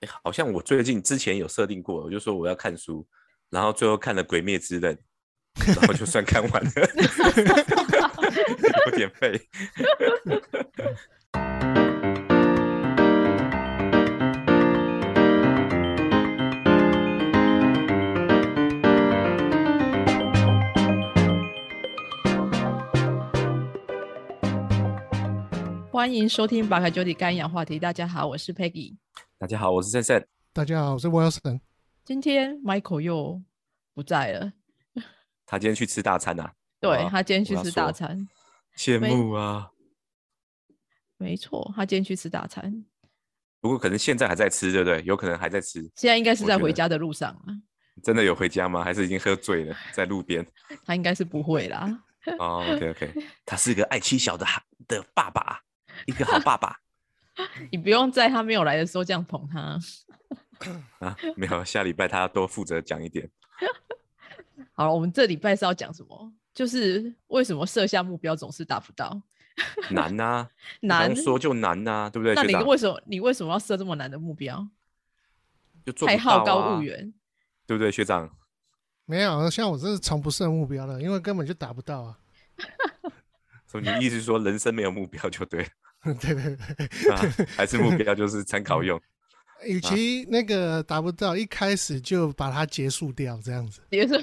诶好像我最近之前有设定过，我就说我要看书，然后最后看了《鬼灭之刃》，然后就算看完了， 有点废。欢迎收听《巴卡九里干养话题》，大家好，我是 Peggy。大家好，我是森森，大家好，我是 Wilson。今天 Michael 又不在了，他今天去吃大餐啊，对、哇他今天去我要吃说大餐，羡没慕啊！没错，他今天去吃大餐，不过可能现在还在吃，对不对？有可能还在吃，现在应该是我在觉回得家的路上啊了，真的有回家吗？还是已经喝醉了，在路边？他应该是不会啦。哦，OK OK，他是一个爱妻小的哈的爸爸，一个好爸爸你不用在他没有来的时候这样捧他。啊！没有，下礼拜他多负责讲一点。好了，我们这礼拜是要讲什么？就是为什么设下目标总是达不到？难呐、 难光？说就难呐、对不对？那学你长为什么你为什么要设这么难的目标？就做太不好到高啊骛远。对不对？学长，没有，像我这是从不设目标的，因为根本就达不到啊。 所以你意思是说人生没有目标就对了，对对对，啊、还是目标就是参考 用？与其那个达不到，一开始就把它结束掉，这样子，也是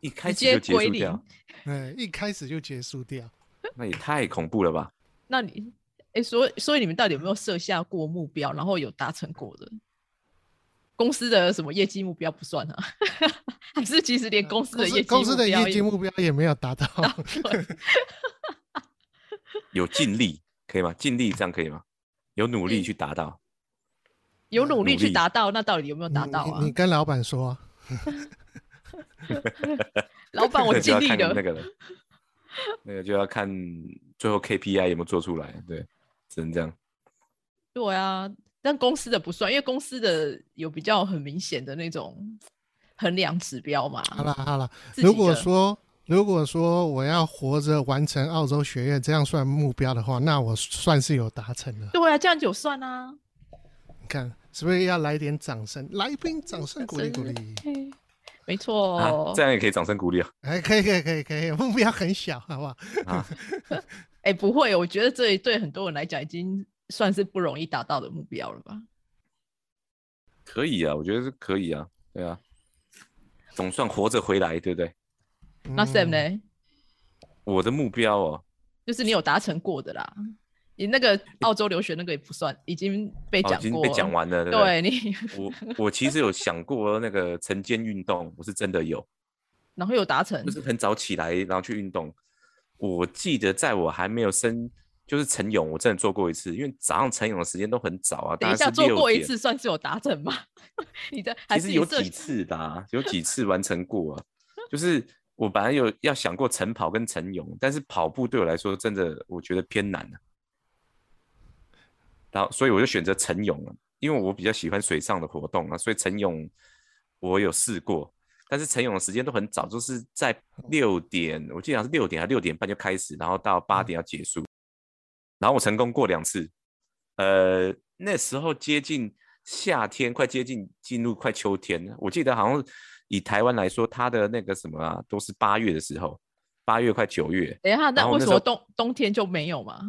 一开直始就接结归束零掉，嗯，一开始就结束掉。那也太恐怖了吧？那你，哎、所以所以你们到底有没有设下过目标，然后有达成过的？公司的什么业绩目标不算啊？ 还是其实连公司公的业司绩公司的目标业绩也目标也没有达到，有尽力可以吗？尽力这样可以吗？有努力嗯去达到，有努力努去力达到，那到底有没有 达到嗯你啊嗯你？跟老板说啊，老 板，那我个就尽要力看那了。个了，那个就要看最后 KPI 有没有做出来，对，只能这样。对啊，但公司的不算，因为公司的有比较很明显的那种衡量指标嘛。好啦好啦，自己如果的说如果说我要活着完成澳洲学院这样算目标的话，那我算是有达成了。对啊，这样就有算啊。你看是不是要来点掌声？来宾掌声鼓励鼓真励。嘿没错、哦啊，这样也可以掌声鼓励啊！哎，可以可以可以可以， 目标很小，好不好？啊，哎、不会，我觉得这对很多人来讲已经算是不容易达到的目标了吧？可以啊，我觉得是可以啊，对啊，总算活着回来，对不对？那 Sam 嗯？呢？我的目标哦，就是你有达成过的啦，你那个澳洲留学那个也不算，已经被哦讲已经过，被讲。完了，对不对？对你，我我其实有想过那个晨间运动，我是真的有，然后有达成就，是很早起来然后去运动。我记得在我还没有生，就是晨泳，我真的做过一次，因为早上晨泳的时间都很早啊，大等一概下是做6过一点次，算是有达成吗？ 你的 还其是实你有设几次的、啊，有几次完成过啊。就是我本来有要想过晨跑跟晨泳，但是跑步对我来说真的我觉得偏难了、然后所以我就选择晨泳了，因为我比较喜欢水上的活动啊，所以晨泳我有试过，但是晨泳的时间都很早，就是在六点，我记得好像是六点还六点半就开始，然后到嗯八点要结束。然后我成功过两次，呃，那时候接近夏天，快接近进入快秋天了。我记得好像以台湾来说，它的那个什么啊，都是八月的时候，八月快九月，等一下，然那后那为什时候么冬冬天就没有嘛？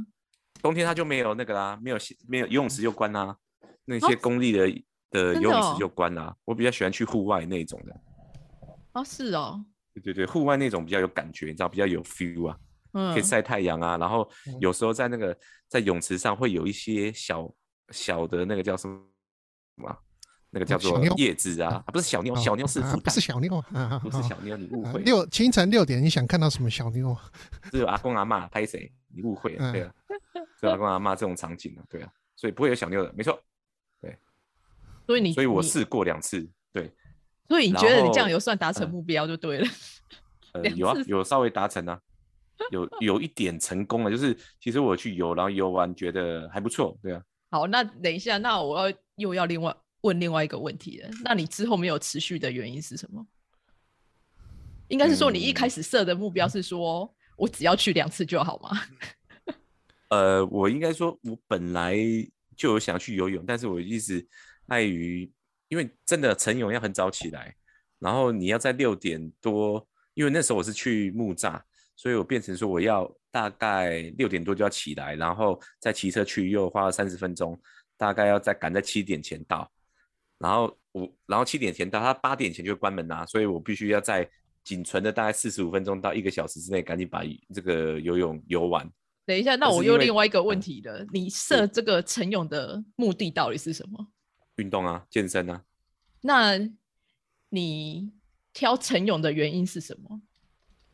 冬天它就没有那个啦，没有洗没有游泳池就关啦，那哦些公立的、的真游的泳哦池就关啦。我比较喜欢去户外那种的，哦，是哦，对对对，户外那种比较有感觉，你知道，比较有 feel 啊。嗯可以，晒太阳啊，然后嗯有时候在那个在泳池上会有一些小小的那个叫什么什么啊那个叫小做妞叶子啊，啊不是小妞，哦小妞是啊孵不蛋是，小妞啊啊啊？不啊是小妞，你误啊会，六清晨六点，你想看到什么小妞啊？只有阿公阿妈拍谁，你误会了，对啊，嗯只有阿公阿妈这种场景啊，对啊，所以不会有小妞的，没错，所以你，所以我你，试过两次，对，所以你然觉得你这样后有算达成嗯目标就对了。呃，两有啊次，有稍微达成啊，有有一点成功了，就是其实我去游，然后游完觉得还不错，对啊，好，那等一下，那我要又要另外问另外一个问题了。那你之后没有持续的原因是什么？应该是说你一开嗯始设的目标是说、我只要去两次就好吗？呃，我应该说，我本来就有想去游泳，但是我一直碍于，因为真的晨泳要很早起来，然后你要在六点多，因为那时候我是去木栅，所以我变成说我要大概六点多就要起来，然后再骑车去，又花了三十分钟，大概要再赶在七点前到。然后我，然后七点前到，他八点前就会关门啦、所以我必须要在仅存的大概四十五分钟到一个小时之内，赶紧把这个游泳游完。 等一下，那可我是又因为嗯另外一个问题了，你设这个晨泳的目的到底是什么？运动啊，健身啊，那你挑晨泳的原因是什么？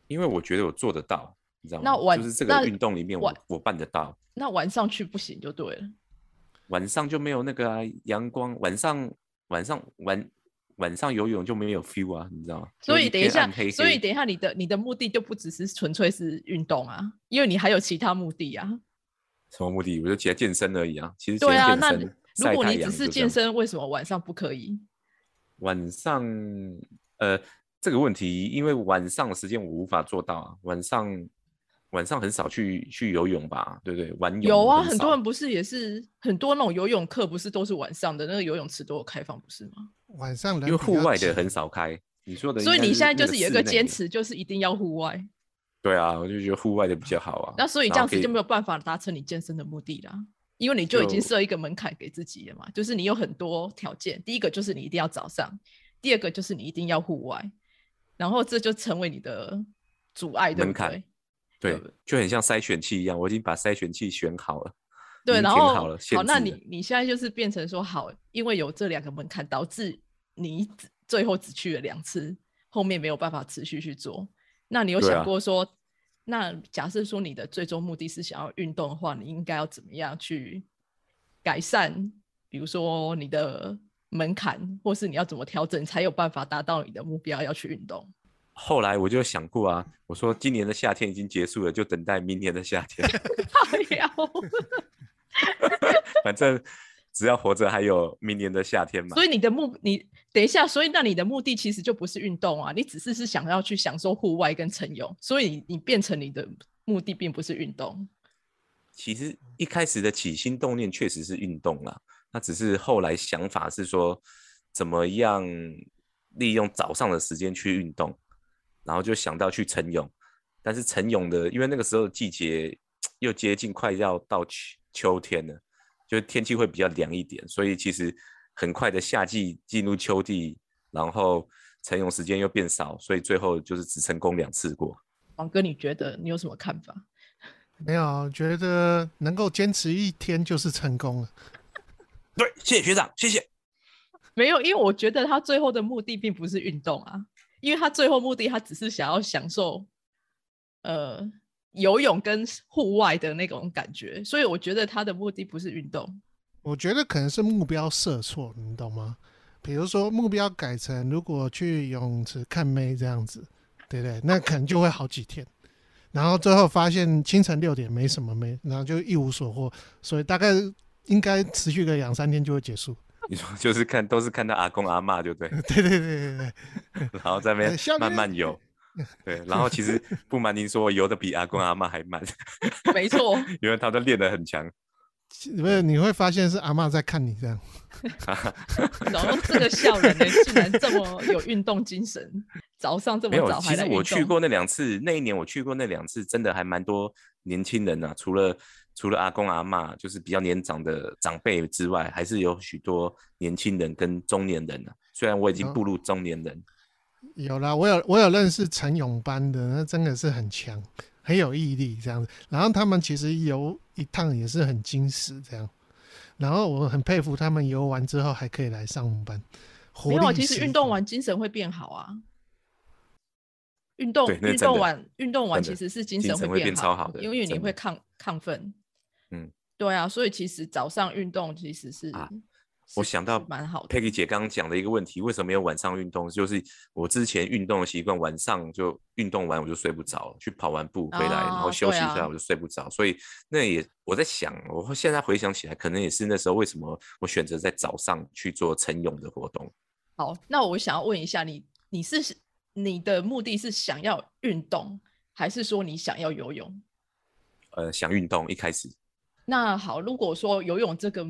因为我觉得我做得到，你知道吗？那晚就是这那个运动里面我，晚我办得到。那晚上去不行就对了。晚上就没有那个啊，阳光，晚上晚上晚晚上游泳就没有 feel 啊，你知道吗？所就以一等一片下暗黑，黑所以等一下，你的你的目的就不只是纯粹是运动啊，因为你还有其他目的啊。什么目的？我就起来健身而已啊。其实对啊，起来那健身如果晒太你只阳是就这健样，身，为什么晚上不可以？晚上呃这个问题，因为晚上的时间我无法做到啊，晚上晚上很少去去游泳吧，对不对？玩泳有啊，很很多少人不是也是很多那种游泳课，不是都是晚上的那个游泳池都有开放，不是吗？晚上人因为比户较外挤的很少开。你说的应所该是以那个室内的，你现在就是有一个坚持，就是一定要户外。对啊，我就觉得户外的比较好啊。那所以这然样后可子就没有有办法达成你健身的目的啦，因为你就已经就设一个门槛给自己了嘛，就是你有很多条件，第一个就是你一定要早上，第二个就是你一定要户外，然后这就成为你的阻碍，对不门槛对？对，就很像筛选器一样，我已经把筛选器选好了。已对，经然填后好了限那制你了你现在就是变成说好，因为有这两个门槛，导致你只最后只去了两次，后面没有办法持续去做。那你有对想啊过说，那假设说你的最终目的是想要运动的话，你应该要怎么样去改善？比如说你的门槛，或是你要怎么调整，才有办法达到你的目标要去运动？ 后来我就想过啊，我说今年的夏天已经结束了，就等待明年的夏天。 哎呀，反正只要活着，还有明年的夏天嘛。所以你的目，你等一下，所以那你的目的其实就不是运动啊，你只是是想要去享受户外跟晨泳，所以你你变成你的目的并不是运动。其实一开始的起心动念确实是运动啦，那只是后来想法是说怎么样利用早上的时间去运动，然后就想到去晨泳，但是晨泳的因为那个时候季节又接近快要到秋秋天了，就天气会比较凉一点，所以其实很快的夏季进入秋地，然后晨泳时间又变少，所以最后就是只成功两次过。王哥，你觉得你有什么看法？没有，觉得能够坚持一天就是成功了。对，谢谢学长，谢谢。没有，因为我觉得他最后的目的并不是运动啊，因为他最后目的他只是想要享受，呃，游泳跟户外的那种感觉，所以我觉得他的目的不是运动。我觉得可能是目标设错，你懂吗？比如说目标改成如果去泳池看妹这样子，对不对？那可能就会好几天，然后最后发现清晨六点没什么妹，然后就一无所获，所以大概应该持续个两三天就会结束。 你说 就是看都是看到阿公阿嬷就对，对对对对对，然后在那呃边下慢面慢 游，对，然后其实不瞒您说，我游的比阿公阿嬷还慢， 没错，因为他都练得很强。其不是你会发现是阿嬷在看你这样。然后这个校人呢，竟然这么有运动精神，早上这没么有，早其还实来我运去动过那两次，那一年我去过那两次，真的还蛮多年轻人呐、除了除了阿公阿嬷，就是比较年长的长辈之外，还是有许多年轻人跟中年人呐、虽然我已经哦步入中年人，有啦，我有我有认识陈勇班的，那真的是很强，很有毅力这样子。然后他们其实游一趟也是很矜持这样，然后我很佩服他们游完之后还可以来上班，活没力有啊，其实十运动足完精神会变好啊。运动对那是运真动的完运动完真其的实是精精神神会变变超好的因为你真会的亢亢奋。嗯，对啊，所以其实早上运动其实是啊是我想到是蛮好的。 Peggy 姐刚刚讲的一个问题，为什么没有晚上运动？就是我之前运动的习惯，晚上就运动完我就睡不着，去跑完步回来，然后哦休息一对啊下我就睡不着。所以那也我在想，我会现在回想起来，可能也是那时候为什么我选择在早上去做晨泳的活动。好，那我想要问一下你，你是你的目的是想要运动，还是说你想要游泳？呃，想运动一开始那好，如果说游泳这个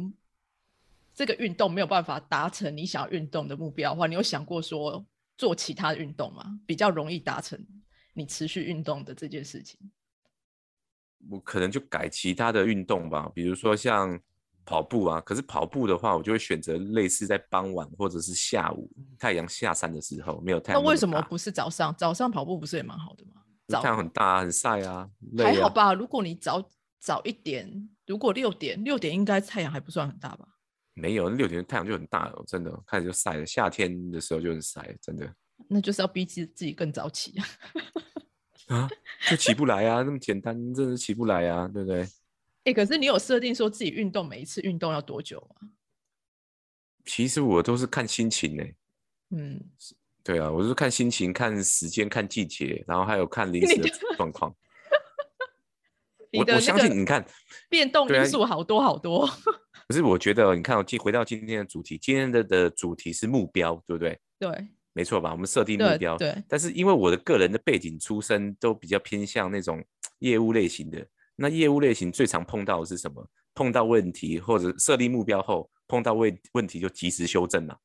这个运动没有办法达成你想要运动的目标的话，你有想过说做其他运动吗？比较容易达成你持续运动的这件事情。我可能就改其他的运动吧，比如说像跑步啊。可是跑步的话，我就会选择类似在傍晚或者是下午太阳下山的时候，没有太那阳么为什么大不是早上？早上跑步不是也蛮好的吗？早太阳很大、啊、很晒啊，累啊还好吧，如果你早早一点，如果六点，六点应该太阳还不算很大吧？没有，六点太阳就很大了，真的开始就晒了。夏天的时候就很晒，真的那就是要逼自自己更早 起。啊，就起不来啊，那么简单，真的起不来啊，对不对？哎、可是你有设定说自己运动每一次运动要多久吗？其实我都是看心情呢、嗯，对啊，我就是看心情、看时间、看季节，然后还有看临时你的的状况。 你我的我那相个信，你看，变动对啊因素好多好多。 可是我觉得，你看，我今回到今天的主题，今天的的主题是目标，对不对？对没错吧？我们设定目对标，对，但是因为我的个人的背景出身都比较偏向那种业务类型的，那业务类型最常碰到的是什么？碰到问题或者设立目标后碰到问问题就及时修正了、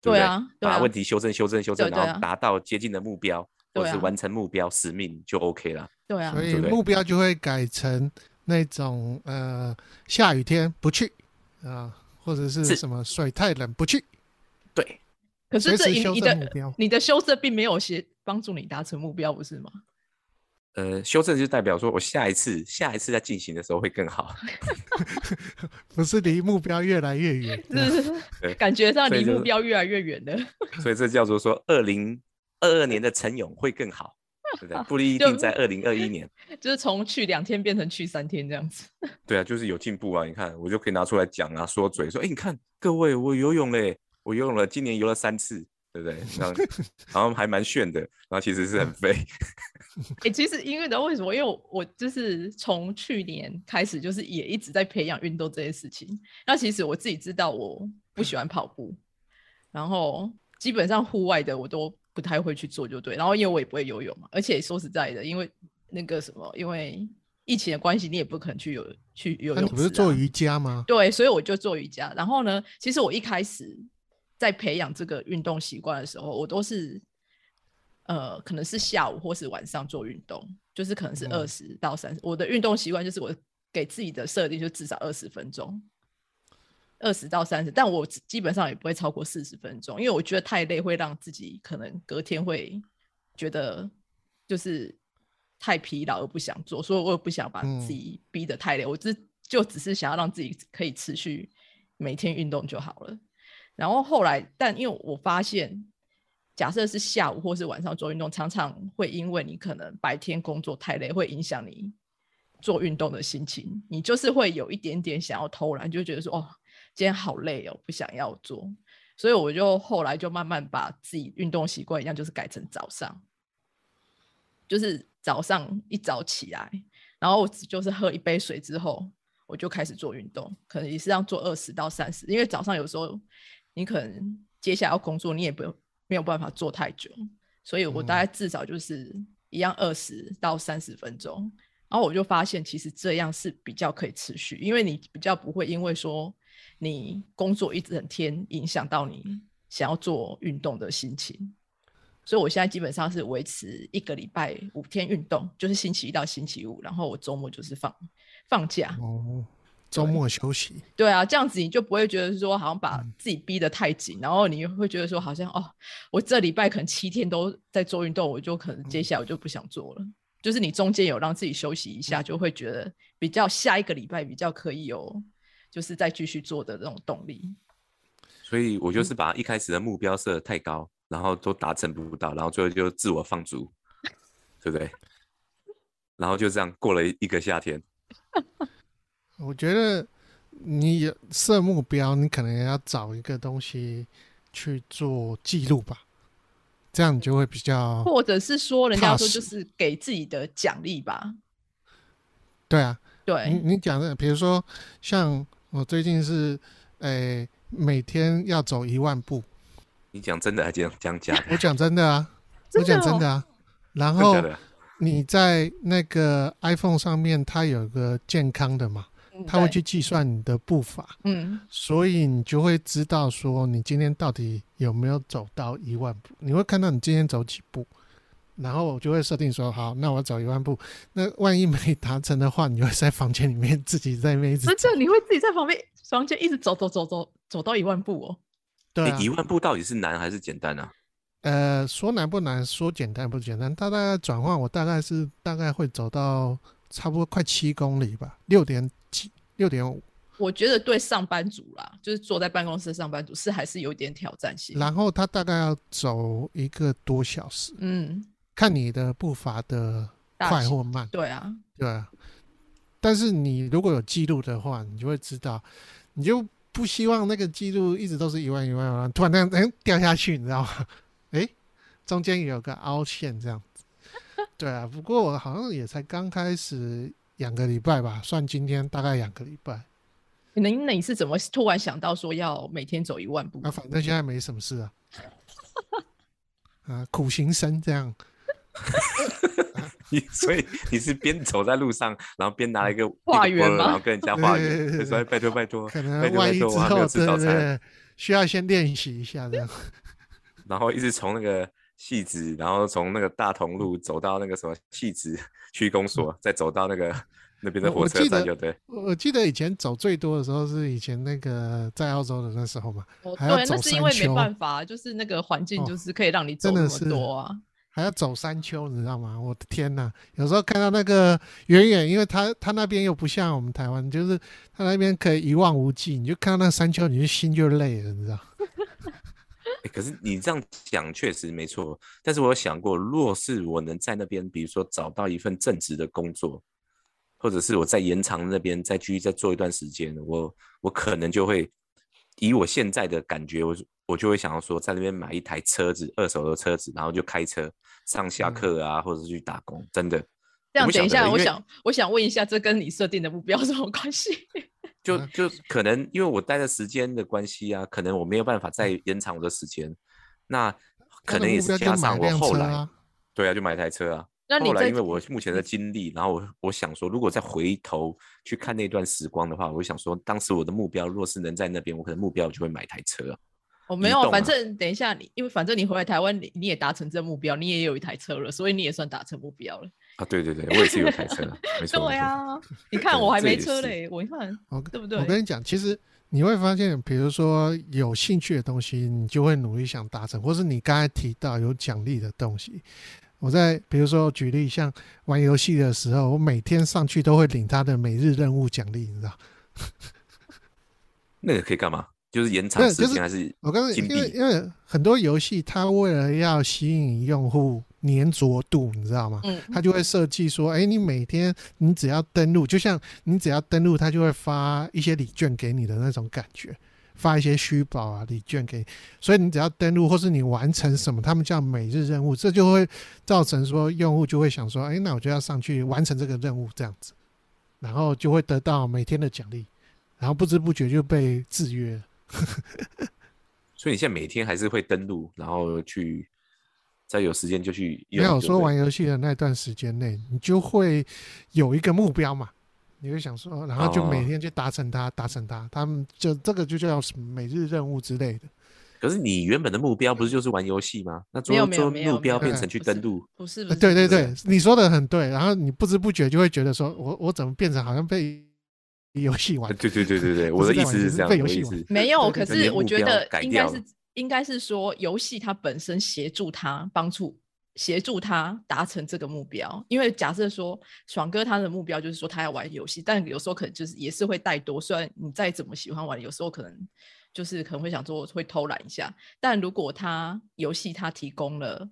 对不对对啊对把啊问题修正、修正、修对正，对然啊后达到接近的目标、或对者是啊完成目标使命就 OK 了。对啊所，以对不对目标就会改成那种呃，下雨天不去啊、或者是是什么水太冷不去，对，可是随这时一修你正目的标。你的修正并没有协帮助你达成目标，不是吗？呃，修正就代表说我下一次、下一次在进行的时候会更 好。不是离目标越来越远。是是对是，感觉上所以离就目是标越来越远了。 所以这叫做说，二零二二年的陈勇会更好，对不对？不一就定在二零二一年。就是从去两天变成去三天这样子。对啊，就是有进步啊！你看，我就可以拿出来讲啊，说嘴说，哎，你看各位，我游泳嘞，我游泳了，今年游了三次，对不对？然 后然后还蛮炫的，然后其实是嗯很废。 哎、其实因为你知道为什么？因为我我就是从去年开始，就是也一直在培养运动这件事情。那其实我自己知道我不喜欢跑步，然后基本上户外的我都不太会去做，就对。然后因为我也不会游泳嘛，而且说实在的，因为那个什么，因为疫情的关系，你也不可能去游去游那、泳、你池不是做啊瑜伽吗？对，所以我就做瑜伽。然后呢，其实我一开始在培养这个运动习惯的时候，我都是呃，可能是下午或是晚上做运动，就是可能是嗯二十到三十、我的运动习惯就是我给自己的设定就至少二十分钟，二十到三十，但我只基本上也不会超过四十分钟，因为我觉得太累会让自己可能隔天会觉得就是太疲劳而不想做，所以我也不想把嗯自己逼得太累，我只就只是想要让自己可以持续每天运动就好了。然后后来，但因为我发现，假设是下午或是晚上做运动，常常会因为你可能白天工作太累，会影响你做运动的心情，你就是会有一点点想要偷懒，就觉得说哦，今天好累哦，不想要做。所以我就后来就慢慢把自己运动习惯一样，就是改成早上，就是早上一早起来，然后我只就是喝一杯水之后，我就开始做运动，可能也是要做二十到三十，因为早上有时候你可能接下来要工作，你也不没有办法做太久，所以我大概至少就是一样二十到三十分钟。然后我就发现，其实这样是比较可以持续，因为你比较不会因为说你工作一整天影响到你想要做运动的心情。所以我现在基本上是维持一个礼拜五天运动，就是星期一到星期五，然后我周末就是放放假。哦，周末休息。对啊，这样子你就不会觉得说好像把自己逼得太紧，然后你又会觉得说好像哦，我这礼拜可能七天都在做运动，我就可能接下来我就不想做了。就是你中间有让自己休息一下，就会觉得比较下一个礼拜比较可以有，就是再继续做的那种动力。所以我嗯就是把一开始的目标设得太高，然后都达成不到，然后最后就自我放逐，对不对？然后就这样过了一个夏天。我觉得你有设目标，你可能要找一个东西去做记录吧，这样你就会比较或者是说人家踏说就实是给自己的奖励吧。对啊。你对，你讲的，比如说像我最近是，诶、每天要走一万步，你讲真的还讲讲假的？我讲真的啊，我真的讲真的啊。 然真的哦后假的？你在那个 iPhone 上面，它有个健康的嘛，嗯他会对去计算你的步伐，嗯所以你就会知道说你今天到底有没有走到一万步，你会看到你今天走几步，然后我就会设定说好，那我走一万步，那万一没达成的话，你就会在房间里面自己在那边一直真 走，的，你会自己在旁边房间一直走走走走走到一万步哦。对、啊你，一万步到底是难还是简单啊？呃，说难不难，说简单不简单，大概转换我大概是大概会走到差不多快七公里吧，六点几，六点五，我觉得对上班族啦，就是坐在办公室的上班族是还是有一点挑战性。然后他大概要走一个多小时，嗯，看你的步伐的大快小或慢，对啊，对啊。但是你如果有记录的话，你就会知道，你就不希望那个记录一直都是一万一万一万，突然那样、哎掉下去，你知道吗？诶，中间有个凹陷这样子。对啊，不过我好像也才刚开始两个礼拜吧，算今天大概两个礼拜。那那你是怎么突然想到说要每天走一万步？啊，反正现在没什么事啊。啊，苦行僧这样，你 所以你是边走在路上，然后边拿了一个化一个缘 bowl，吗然后跟人家化对对对缘，对就说哎拜托拜托，可拜能托万拜一之托我还没后，有吃对早对餐，对，需要先练习一下这样。然后一直从那个戏子，然后从那个大同路走到那个什么戏子区公所，再走到那个那边的我火我车记站，得就对。我我记得以前走最多的时候是以前那个在澳洲的那时候嘛，哦，还要对，那走是因山为没丘办法，啊就是那个环境哦就是可以让你走真那的么是多啊。还要走山丘，你知道吗？我的天呐，有时候看到那个远远，因为他他那边又不像我们台湾，就是他那边可以一望无际，你就看到那山丘，你就心就累了，你知道？诶可是你这样讲确实没错，但是我有想过，若是我能在那边，比如说找到一份正职的工作，或者是我在延长那边再继续再做一段时间，我我可能就会以我现在的感觉，我就我就会想要说，在那边买一台车子，二手的车子，然后就开车上下嗯课啊，或者是去打工，真的。这样不等一晓得下，因我为想我想问一下，这跟你设定的目标有什么关系？ 就啊就可能因为我待的时间的关系啊，可能我没有办法再延长我的时间，那可嗯他的能也目是标加就买上一我辆后车来，啊，对啊，就买一台车啊。那你后来在嗯因为我目前的经历，然后我我想说，如果再回头去看那段时光的话，我就想说，当时我的目标若是能在那边，我可能目标我就会买一台车啊。我没移有啊，动反啊正等一下你，因为反正你回来台湾，你你也达成这目标，你也有一台车了，所以你也算达成目标了。啊，对对对，我也是有一台车啊，没错。没错，对啊，你看对我还这没也车是嘞，我一看我对不我对跟你讲，其实你会发现，比如说有兴趣的东西，你就会努力想达成，或是你刚才提到有奖励的东西。我在比如说举例，像玩游戏的时候，我每天上去都会领他的每日任务奖励，你知道？那个可以干嘛？就是延长对时就是间还是我刚才金因币为因为很多游戏它为了要吸引用户粘着度，你知道吗？嗯，它就会设计说，哎、你每天你只要登录，就像你只要登录，它就会发一些礼券给你的那种感觉，发一些虚宝啊礼券给你。所以你只要登录，或是你完成什么，他们叫每日任务，这就会造成说用户就会想说，哎、那我就要上去完成这个任务这样子，然后就会得到每天的奖励，然后不知不觉就被制约了。所以你现在每天还是会登录，然后去再有时间就去没用。有对说不对玩游戏的那段时间内，你就会有一个目标嘛，你会想说，然后就哦每天去达成它，达成它，他们就这个就叫什么每日任务之类的。可是你原本的目标不是就是玩游戏吗？那没最有后没最有后没有目标没有变成去不是登录，不是不呃是，对是对不对，你说的很对，然后你不知不觉就会觉得说，我我怎么变成好像被游戏玩啊？对对对对 对，不我是的在意玩思就是这样，被我游的戏意玩思没有。对可对对是你的我目觉标得改应掉该了是应该是说游戏它本身协助他帮助。协助他达成这个目标，因为假设说爽哥他的目标就是说他要玩游戏，但有时候可能就是也是会带多。虽然你再怎么喜欢玩，有时候可能就是可能会想说会偷懒一下，但如果他游戏他提供了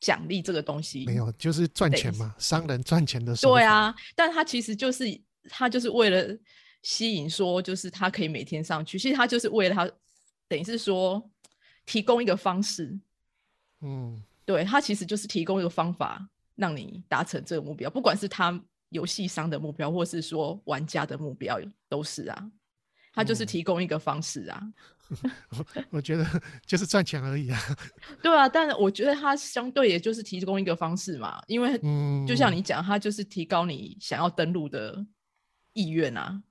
奖励这个东西，没有，就是赚钱嘛，商人赚钱的手法。对，啊，但他其实就是他就是为了吸引说，就是他可以每天上去，其实他就是为了他，等于是说提供一个方式，嗯，对他其实就是提供一个方法，让你达成这个目标，不管是他游戏商的目标，或是说玩家的目标，都是啊，他就是嗯提供一个方式啊，我 觉得就是赚钱而已啊。对啊，但我觉得他相对也就是提供一个方式嘛，因为嗯，就像你讲，它就是提高你想要登录的意愿啊。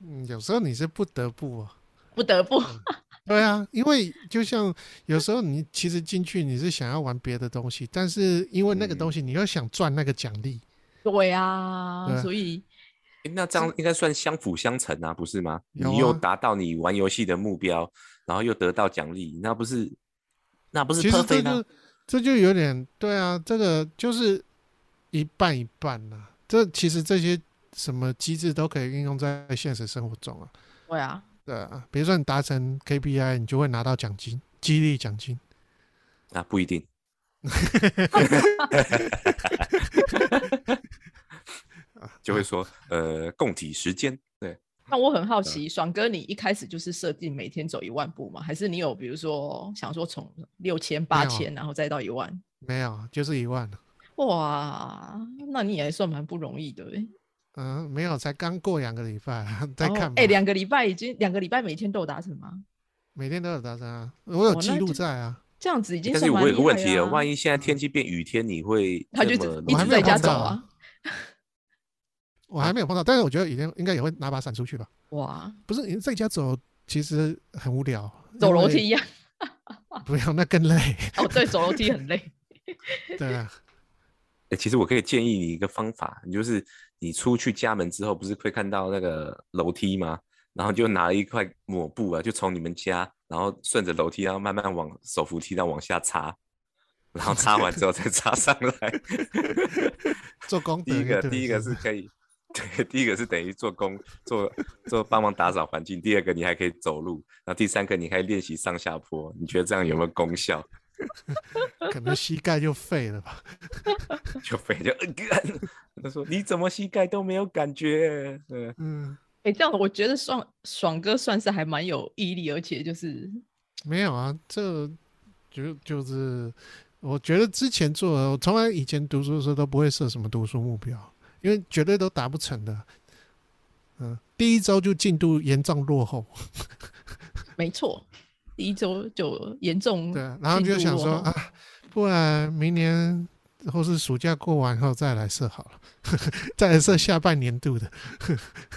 嗯，有时候你是不得不啊。不得不，对啊，因为就像有时候你其实进去你是想要玩别的东西，但是因为那个嗯东西你又想赚那个奖励，对啊，对啊所以诶那这样应该算相辅相成啊，不是吗？有你又啊达到你玩游戏的目标，然后又得到奖励，那不是那不是其实这 perfect 吗就？这就有点对啊，这个就是一半一半啦、这其实这些什么机制都可以运用在现实生活中啊。对啊，对啊，比如说你达成 KPI，你就会拿到奖金，激励奖金。那不一定。 就会说，呃，供体时间，对，那我很好啊奇，爽哥，你一开始就是设定每天走一万步吗？还是你有比如说想说从六千、八千，然后再到一万？没有，就是一万。哇，那你也算蛮不容易的欸嗯、没有，才刚过两个礼拜， 再哦看吧。哎，两个礼拜已经两个礼拜每天都有达成吗？每天都有达成啊，我有哦记那录就在啊。这样子已经但算是蛮我有个厉问害题啊哦，万一现在天气变雨天，你会他这就只么一努还直力没在吗家有碰走到啊？我还没有碰到，但是我觉得一定应该也会拿把伞出去吧。哇，不是，你在家走其实很无聊，走因楼为梯一样不要，那更累。 哦，对，走楼梯很累。 对啊，欸，其实我可以建议你一个方法，你就是你出去家门之后，不是会看到那个楼梯吗？然后就拿一块抹布啊，就从你们家，然后顺着楼梯，然后慢慢往手扶梯，然后往下擦，然后擦完之后再擦上来。 做功德第一就个，对了。第一个是可以，对，第一个是等于做工，做做帮忙打扫环境；第二个你还可以走路，然后第三个你还练习上下坡。你觉得这样有没有功效？可能膝盖就废了 吧。就非就呃 他说你怎么膝盖都没有感觉？对。嗯，哎、这样我觉得爽爽哥算是还蛮有毅力，而且就是没有啊，这就就是我觉得之前做的，我从来以前读书的时候都不会设什么读书目标，因为绝对都达不成的。嗯，第一周就进度严重落后，没错，第一周就严重对啊，然后进就度想落说后啊，不然明年或是暑假过完后再来设好了， 再来设下半年度的。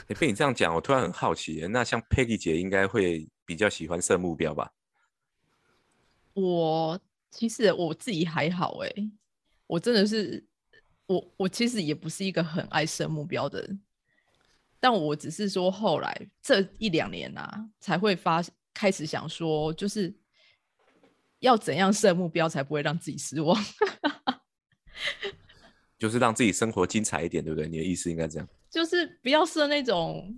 欸被你这样讲，我突然很好奇耶，那像 Peggy 姐应该会比较喜欢设目标吧？我其实我自己还好哎、我真的是我我其实也不是一个很爱设目标的人，但我只是说后来这一两年啊，才会发开始想说，就是要怎样设目标才不会让自己失望。 就是让自己生活精彩一点，对不对？你的意思应该这样。就是不要设那种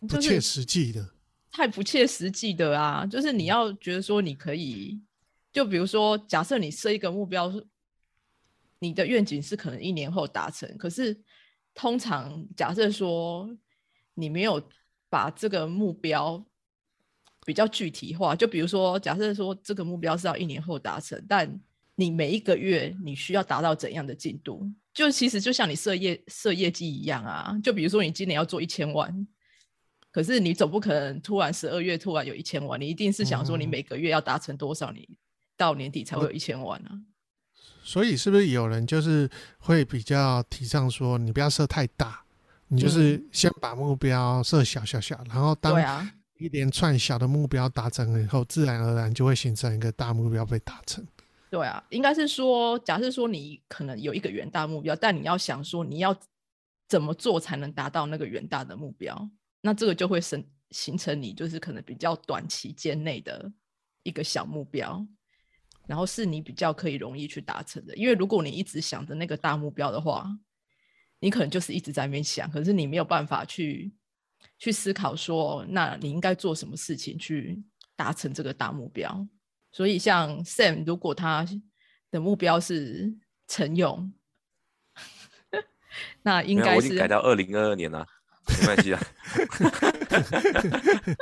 不就切是实际的，太不切实际的啊！就是你要觉得说你可以，就比如说，假设你设一个目标，你的愿景是可能一年后达成，可是通常假设说你没有把这个目标比较具体化，就比如说，假设说这个目标是要一年后达成，但你每一个月你需要达到怎样的进度？就其实就像你设业设业绩一样啊，就比如说你今年要做一千万，可是你总不可能突然十二月突然有一千万，你一定是想说你嗯每个月要达成多少，你到年底才会有一千万啊。所以是不是有人就是会比较提倡说，你不要设太大，你就是先把目标设小小小，然后嗯当对啊，一连串小的目标达成了以后，自然而然就会形成一个大目标被达成。对啊，应该是说，假设说你可能有一个远大目标，但你要想说你要怎么做才能达到那个远大的目标，那这个就会生形成你就是可能比较短期间内的一个小目标，然后是你比较可以容易去达成的。因为如果你一直想着那个大目标的话，你可能就是一直在那边想，可是你没有办法去去思考说，那你应该做什么事情去达成这个大目标。所以像 Sam，如果他的目标是陈勇， 那应没有该我已经是改到二零二二年了，没关系啊。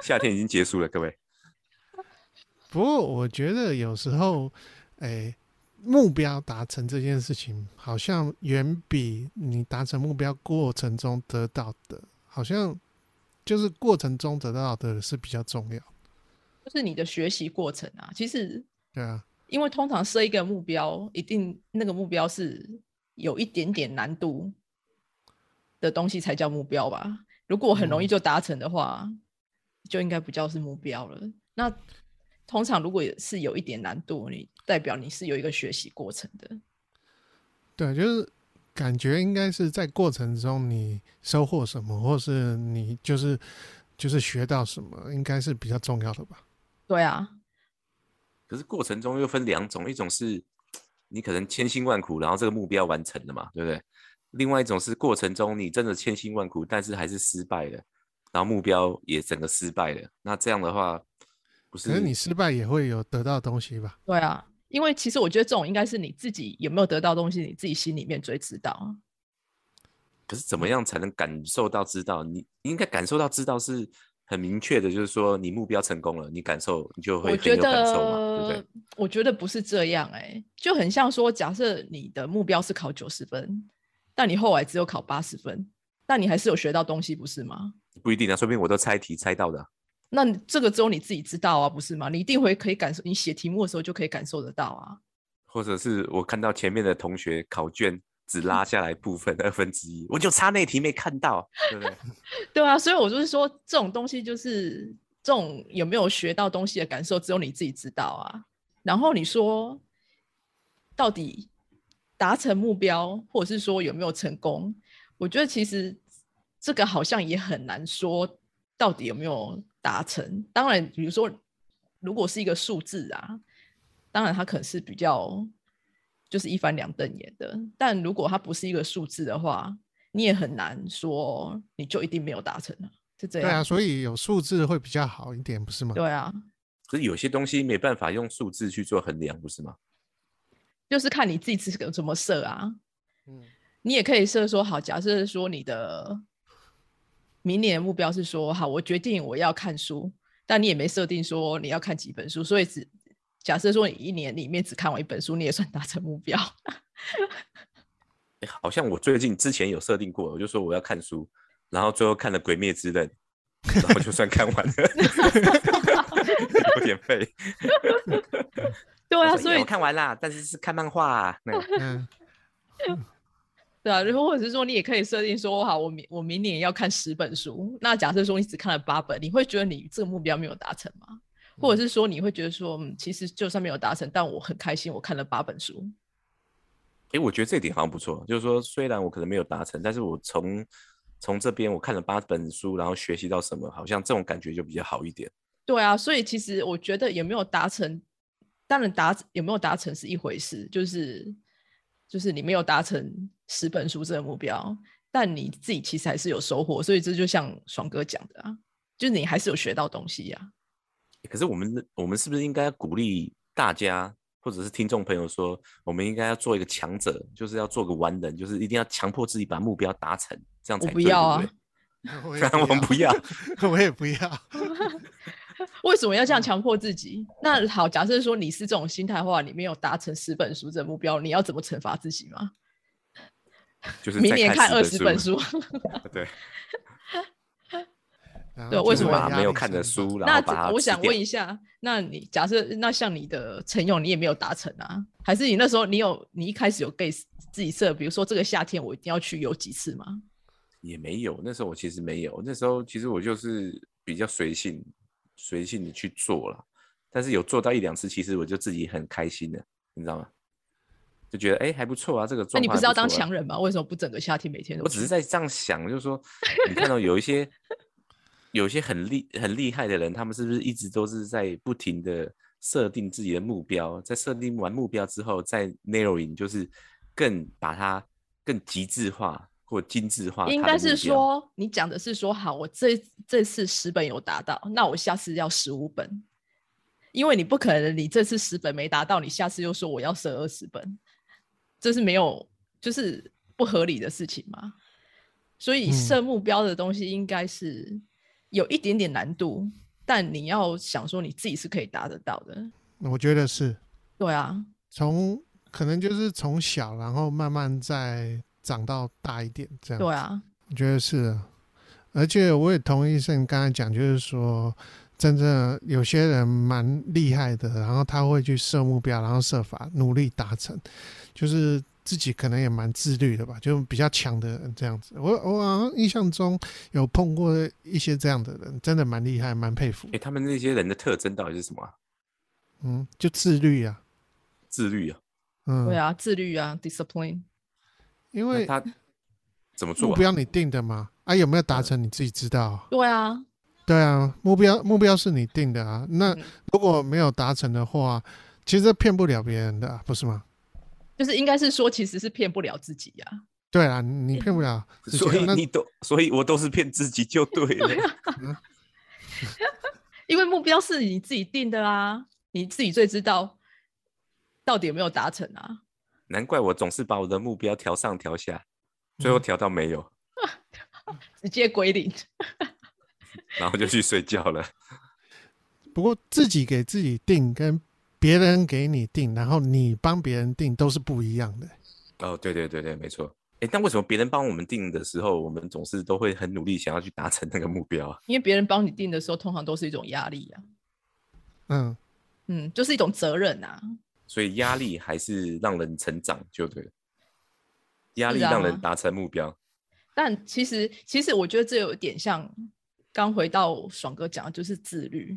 夏天已经结束了，各位。不过我觉得有时候，诶，目标达成这件事情，好像远比你达成目标过程中得到的，好像就是过程中得到的是比较重要。就是你的学习过程啊。其实，对啊，因为通常设一个目标，一定那个目标是有一点点难度的东西才叫目标吧。如果很容易嗯就达成的话，就应该不叫是目标了。那通常如果也是有一点难度，你代表你是有一个学习过程的。对，啊就是感觉应该是在过程中你收获什么，或是你就是就是学到什么，应该是比较重要的吧。对啊，可是过程中又分两种，一种是你可能千辛万苦，然后这个目标完成了嘛，对不对？另外一种是过程中你真的千辛万苦，但是还是失败了，然后目标也整个失败了。那这样的话，不可是是你失败也会有得到东西吧？对啊，因为其实我觉得这种应该是你自己有没有得到东西，你自己心里面最知道啊。可是怎么样才能感受到知道？你你应该感受到知道是很明确的，就是说你目标成功了，你感受你就会我很觉有感受嘛，对不对得？，我觉得不是这样哎、就很像说，假设你的目标是考九十分，但你后来只有考八十分，那你还是有学到东西，不是吗？不一定啊，说不定我都猜题猜到的啊。那你这个只有你自己知道啊，不是吗？你一定会可以感受，你写题目的时候就可以感受得到啊。或者是我看到前面的同学考卷只拉下来部分二分之一，我就差那题没看到，啊对不 对？对啊，所以我就是说，这种东西就是这种有没有学到东西的感受，只有你自己知道啊。然后你说，到底达成目标，或者是说有没有成功？我觉得其实这个好像也很难说到底有没有达成。当然，比如说，如果是一个数字啊，当然它可能是比较就是一翻两瞪眼的。但如果它不是一个数字的话，你也很难说你就一定没有达成啊，是这对样。啊，所以有数字会比较好一点，不是吗？对啊，可是有些东西没办法用数字去做衡量，不是吗？就是看你自己自个怎么设啊。嗯你也可以设说好，假设说你的明年的目标是说好，我决定我要看书，但你也没设定说你要看几本书，所以只假设说你一年里面只看完一本书，你也算达成目标。 诶好像我最近之前有设定过，我就说我要看书，然后最后看了《鬼灭之刃》，然后就算看完了， 有点废。对啊，我说所耶以我看完啦，但是是看漫画、啊。那个 嗯，对啊，然后或者是说你也可以设定说好，我明我明年要看十本书，那假设说你只看了八本，你会觉得你这个目标没有达成吗？或者是说你会觉得说，嗯，其实就算没有达成，但我很开心，我看了八本书。诶，我觉得这点好像不错，就是说虽然我可能没有达成，但是我从从这边我看了八本书，然后学习到什么，好像这种感觉就比较好一点。对啊，所以其实我觉得有没有达成，当然达有没有达成是一回事，就是就是你没有达成十本书这个目标，但你自己其实还是有收获，所以这就像爽哥讲的啊，就是你还是有学到东西啊呀、可是我们的我们是不是应该鼓励大家，或者是听众朋友说，我们应该要做一个强者，就是要做个完人，就是一定要强迫自己把目标达成，这样我才不对要啊对 我不也对？我们不要，要， 我也不要。为什么要这嗯样强迫自己？那好，假设说你是这种心态的话，你没有达成十本书这个目标，你要怎么惩罚自己吗？就是 明再年看二十10本，书，对，然对后就为就是什么把压没有力看的山大书，然那后把它这我吃想掉问一下，那你假设那像你的陈勇，你也没有达成啊？还是你那时候你有你一开始有给自己设，比如说这个夏天我一定要去游几次吗？也没有，那时候我其实没有，那时候其实我就是比较随性，随性的去做了，但是有做到一两次，其实我就自己很开心的，你知道吗？就觉得哎、还不错啊，这个那状况你不还是要当错啊强人吗？为什么不整个夏天每天都我只去是在这样想，就是 说，你看到有一些有一些很厉很厉害的人，他们是不是一直都是在不停的设定自己的目标，在设定完目标之后，再 narrowing，就是更把它更极致化或精致啊化它的目应标。该是说你讲的是说，好，我这这次十本有达到，那我下次要十五本，因为你不可能你这次十本没达到，你下次又说我要设二十本，这是没有就是不合理的事情嘛。所以嗯设目标的东西应该是有一点点难度，但你要想说你自己是可以达得到的。我觉得是对啊，从可能就是从小，然后慢慢再长到大一点这样。对啊，我觉得是啊，而且我也同意圣刚才讲，就是说，真正有些人蛮厉害的，然后他会去设目标，然后设法努力达成，就是自己可能也蛮自律的吧，就比较强的人这样子。我我好像印象中有碰过一些这样的人，真的蛮厉害，蛮佩服哎、。他们那些人的特征到底是什么啊、嗯，就自律啊，自律啊？嗯，对，啊，自律啊，discipline。那因为 他怎么做、目啊？标你定的嘛，啊有没有达成你自己知道啊。对啊，对啊，目标目标是你定的啊，那嗯如果没有达成的话，其实骗不了别人的啊、不是吗？就是应该是说，其实是骗不了自己呀、对啊，你骗不 了自己 啊，所以那你都，所以我都是骗自己就对 了。啊因为目标是你自己定的啊，你自己最知道到底有没有达成啊。难怪我总是把我的目标调上调下，最嗯后调到没有，直接归零，然后就去睡觉了。不过自己给自己定跟别人给你定，然后你帮别人定都是不一样的。哦，对对对对，没错。哎，但为什么别人帮我们定的时候，我们总是都会很努力想要去达成那个目标啊？因为别人帮你定的时候，通常都是一种压力啊，嗯，嗯，就是一种责任啊。所以压力还是让人成长，就对了。压力是啊让人达成目标，但其实，其实我觉得这有点像刚回到爽哥讲的，就是自律，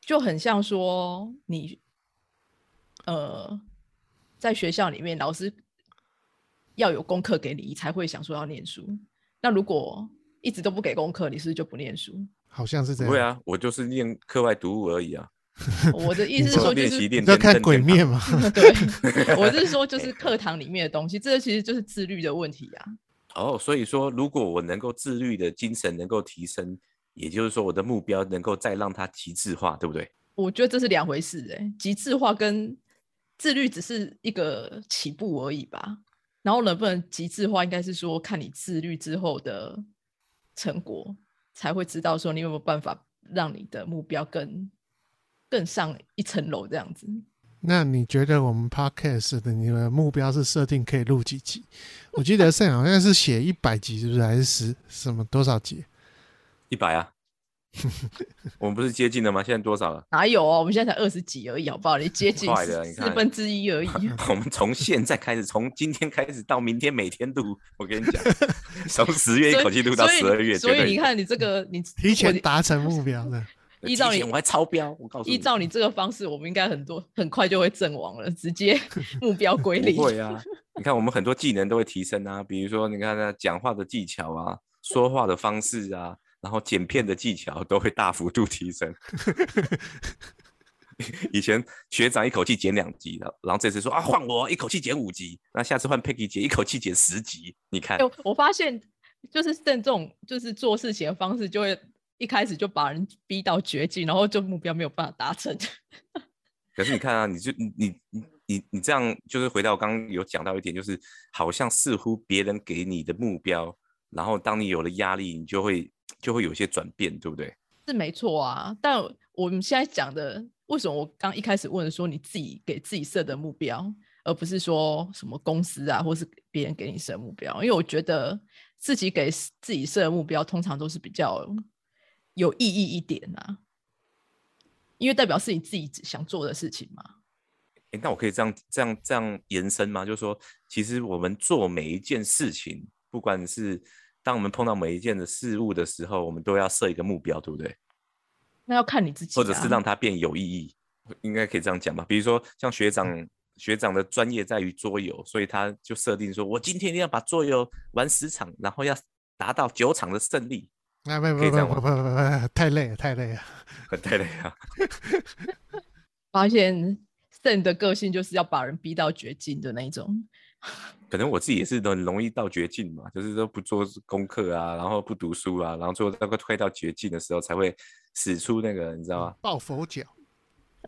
就很像说你，呃，在学校里面，老师要有功课给你，你才会想说要念书。那如果一直都不给功课，你是不是就不念书？好像是这不样。会啊，我就是念课外读物而已啊， 我的意思是就说，是就练习是练你在天看灯《鬼天堂灭》 吗？ 对，我是说，就是课堂里面的东西，这其实就是自律的问题啊。哦，所以说，如果我能够自律的精神能够提升，也就是说，我的目标能够再让它极致化，对不对？我觉得这是两回事、欸，极致化跟自律只是一个起步而已吧。然后能不能极致化，应该是说看你自律之后的成果，才会知道说你有没有办法让你的目标更更上一层楼这样子。那你觉得我们 podcast 的你的目标是设定可以录几集？我记得盛好像是写一百集，是不是？还是十什么多少集？一百 啊，我们不是接近了吗？现在多少了？ 哪有哦？我们现在才二十几而已，好不好？你接近快的四你四看分之一而已。 我们从现在开始，从今天开始到明天每天录，我跟你 讲，从十月一口气录到所以十二月，所绝以对你有看你这个，你提如果前你达成目标的，呃依提照你前我还超标，我告诉你，依照你这个方式，我们应该很多很快就会阵亡了，直 接目标归零。不会啊，你看我们很多技能都会提升啊，比如说你看那讲话的技巧啊，说话的方式啊，然后剪片的技巧都会大幅度提升。 以前学长一口气剪两集的，然后这次说啊换我一口气剪五集，那下次换 Peggy 姐一口气剪十集，你看哎、我发现就是郑重，就是做事情的方式，就会一开始就把人逼到绝境，然后就目标没有办法达成。可是你看啊，你就你你你你你这样，就是回到我刚刚有讲到一点，就是好像似乎别人给你的目标，然后当你有了压力，你就会就会有一些转变，对不对？是没错啊，但我们现在讲的，为什么我刚一开始问说你自己给自己设的目标，而不是说什么公司啊，或是别人给你设目标？因为我觉得自己给 s- 自己设的目标，通常都是比较有意义一点啊，因为代表是你自己想做的事情嘛。诶那我可以这样这样这样延伸吗？就是说，其实我们做每一件事情，不管是当我们碰到每一件的事物的时候，我们都要设一个目标，对不对？那要看你自己、啊，或者是让它变有意义，应该可以这样讲吧。比如说像学长，学长的专业在于桌游，所以他就设定说，我今天一定要把桌游玩十场，然后要达到九场的胜利。 啊，不不可以这样不不不不不，太累了，太累了。对对啊，发现 Sam 的个性就是要把人逼到绝境的那一种。可能我自己也是很容易到绝境嘛，就是都不做功课啊，然后不读书啊，然后最后那个退到绝境的时候才会使出那个，你知道吗？ 抱佛脚，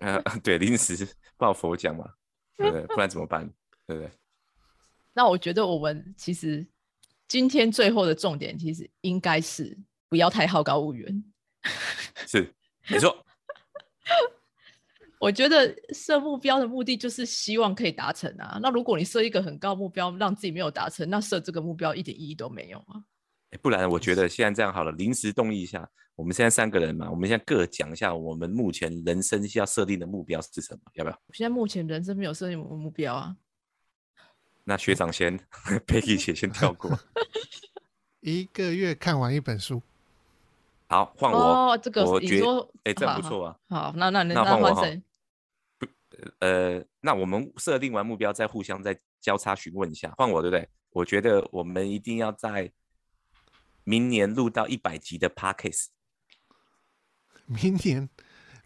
呃，对，临时抱佛脚嘛，对不对？不然怎么办？对不对？那我觉得我们其实今天最后的重点，其实应该是不要太好高骛远。是，没错，我觉得设目标的目的就是希望可以达成啊。那如果你设一个很高目标，让自己没有达成，那设这个目标一点意义都没有啊。欸不然我觉得现在这样好了，临时动议一下。我们现在三个人嘛，我们现在各讲一下我们目前人生要设定的目标是什么，要不要？我现在目前人生没有设定目标啊，那学长先 ，Peggy 姐先跳过。一个月看完一本书，好，换我。哦，这个我你觉说哎，这样不好错啊。好，那那那换我换哈谁？呃，那我们设定完目标，再互相再交叉询问一下，换我对不对？我觉得我们一定要在明年录到一百集的 Podcast。明年，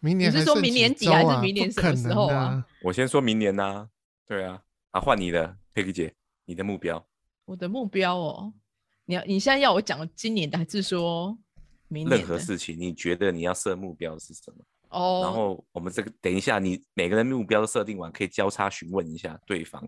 明年是还说剩明年几几还周是啊明年不什么可时能候的啊啊？我先说明年呐、对啊，啊，换你了，佩奇姐，你的目标我的目标哦，你要你现在要我讲今年的，还是说明年任何的？事情，你觉得你要设目标是什么？哦，然后我们这个等一下，你每个人目标都设定完，可以交叉询问一下对方。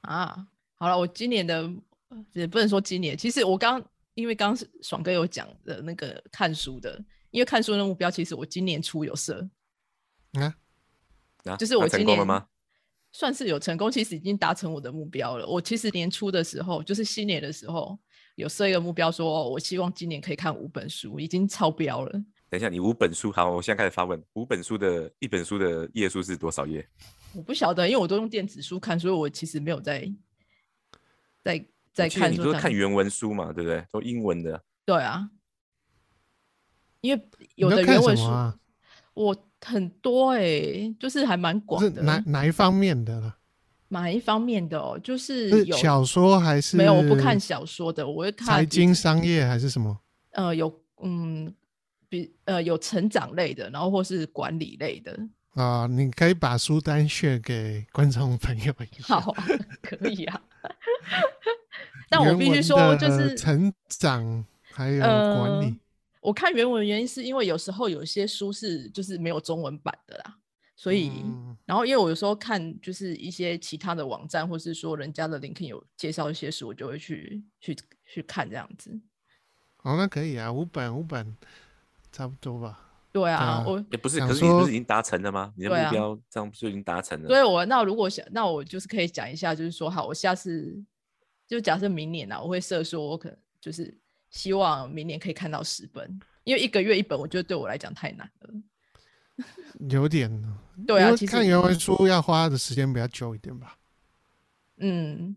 啊，好了，我今年的呃也不能说今年，其实我刚因为刚刚是爽哥有讲的那个看书的，因为看书的目标，其实我今年初有设，啊，啊，就是那我成今功年了吗？算是有成功，其实已经达成我的目标了。我其实年初的时候，就是新年的时候，有设一个目标说，哦我希望今年可以看五本书，已经超标了。等一下，你五本书，好，我现在开始发问，五本书的一本书的页数是多少页？我不晓得，因为我都用电子书看，所以我其实没有在在在我记得看哦你说都到是看底原文书嘛，对不对？都英文的，对啊，因为你有都的看原什文么书。啊？我很多哎、就是还蛮是广的。哪哪一方面的了？哪一方面的哦？就是是有小说还是没有？我不看小说的，我会看财比经、商业还是什么？呃，有嗯，比呃有成长类的，然后或是管理类的。啊、你可以把书单 share 给观众朋友一下。好， 可以啊。但我原必须文说，的呃就是成长还有管理呃，我看原文的原因是因为有时候有一些书是就是没有中文版的啦，所以、嗯然后因为我有时候看就是一些其他的网站，或是说人家的 LinkedIn 有介绍一些书，我就会去去去看这样子。哦，那可以啊，五本五本差不多吧。对啊，啊我也不是，想可是你不说是已经达成了吗？你的对啊目标这样不就已经达成了？所以我那如果想，那我就是可以讲一下，就是说好，我下次就假设明年啊，我会设说，我可能就是希望明年可以看到十本，因为一个月一本，我觉得对我来讲太难了。有点，对因啊，为其实看原文书要花的时间比较久一点吧。嗯，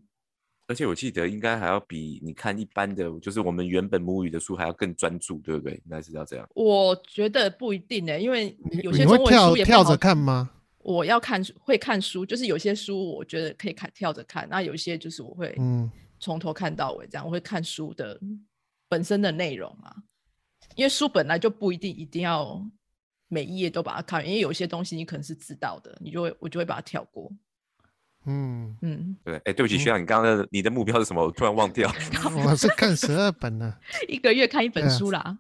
而且我记得应该还要比你看一般的，就是我们原本母语的书还要更专注，对不对？应该是要这样。我觉得不一定呢、欸因为你有你些会中文跳书也不跳好着。看吗？我要看书会看书，就是有些书我觉得可以看跳着看，那有一些就是我会嗯，从头看到尾，这样我会看书的本身的内容啊，因为书本来就不一定一定要每一页都把它看完，因为有一些东西你可能是知道的，你就会我就会把它跳过。嗯，嗯， 对，哎，对不起，学长，你刚刚的你的目标是什么？我突然忘 掉。我是看十二本呢、一个月看一本对啊书啦，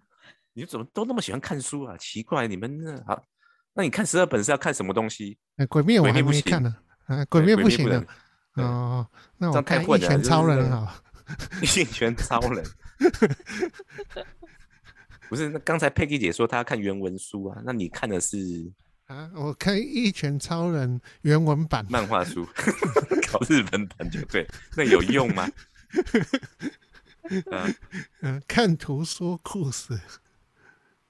你怎么都那么喜欢看书啊？奇怪，你们那好，那你看十二本是要看什么东西？呃鬼灭我鬼灭还不没行看呢、啊。鬼对灭不行能的。哦，那这我样太看混一了拳就是超那人个好了。 一拳超人。不是，那刚才佩 y 姐说她要看原文书啊，那你看的是啊，我看一拳超人原文版。漫画书， 搞日本版就对，那有用吗？ 啊，嗯，看图说故事，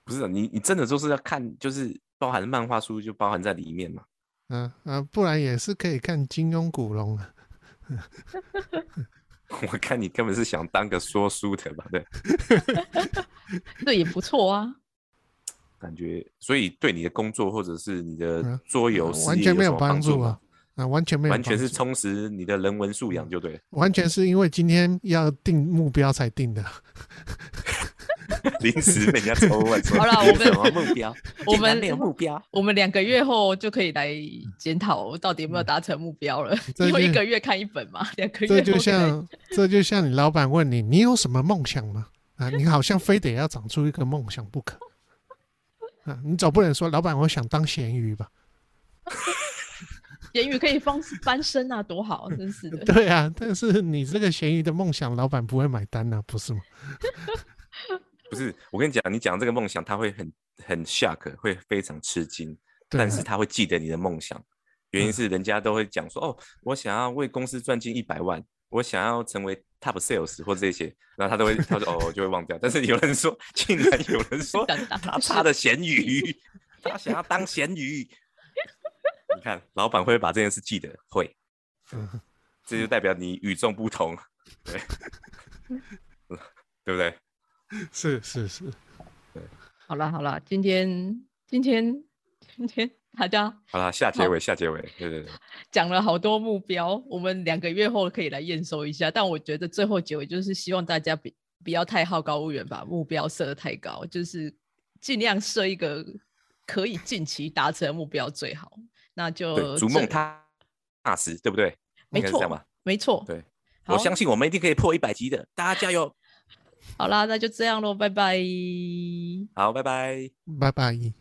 不是啊你，你真的就是要看，就是包含漫画书就包含在里面嘛。 嗯、啊，不然也是可以看金庸、古龙啊。我看你根本是想当个说书的吧？对，这也不错啊。感觉所以对你的工作或者是你的嗯桌游啊事完业全没什有么帮助助吗啊，，啊，完全没有完帮助，全是充实你的人文素养就对了， 完全是因为今天要定目标才定的。临时被人家抽问说好啦你我们什么目标？ 我竟然们没有目标，我们两个月后就可以来检讨到底有没有达成目标了，嗯这因为一就个月看一本嘛，两个月这后就可以来像这就像你老板问你，你有什么梦想吗？啊，你好像非得要长出一个梦想不可。 啊，你总不能说老板我想当咸鱼吧？言语可以翻翻身啊，多好，真是的。对啊，但是你这个咸鱼的梦想，老板不会买单啊，不是吗？不是，我跟你讲，你讲这个梦想，他会很很 shock，会非常吃惊，对啊但是他会记得你的梦想。原因是人家都会讲说，哦，我想要为公司赚进一百万，我想要成为 top sales 或者这些，然后他都会，他说哦，就会忘掉。但是有人说，竟然有人说等等他就是怕的咸鱼，他想要当嗯咸鱼。你看，老板会不会把这件事记得，会。这就代表你与众不同，对， 对不对？是是是，好啦好啦，今天今天今天大家好啦，下结尾，下结尾，对对对，讲了好多目标，我们两个月后可以来验收一下。但我觉得最后结尾就是希望大家不不要太好高骛远，把目标设得太高，就是尽量设一个可以近期达成的目标最好。那就对，逐梦呃这踏踏实，对不对？没应该是这样错吧？没错。对，好我相信我们一定可以破一百集的，大家加油！好啦，那就这样喽，拜拜。好，拜拜。拜拜。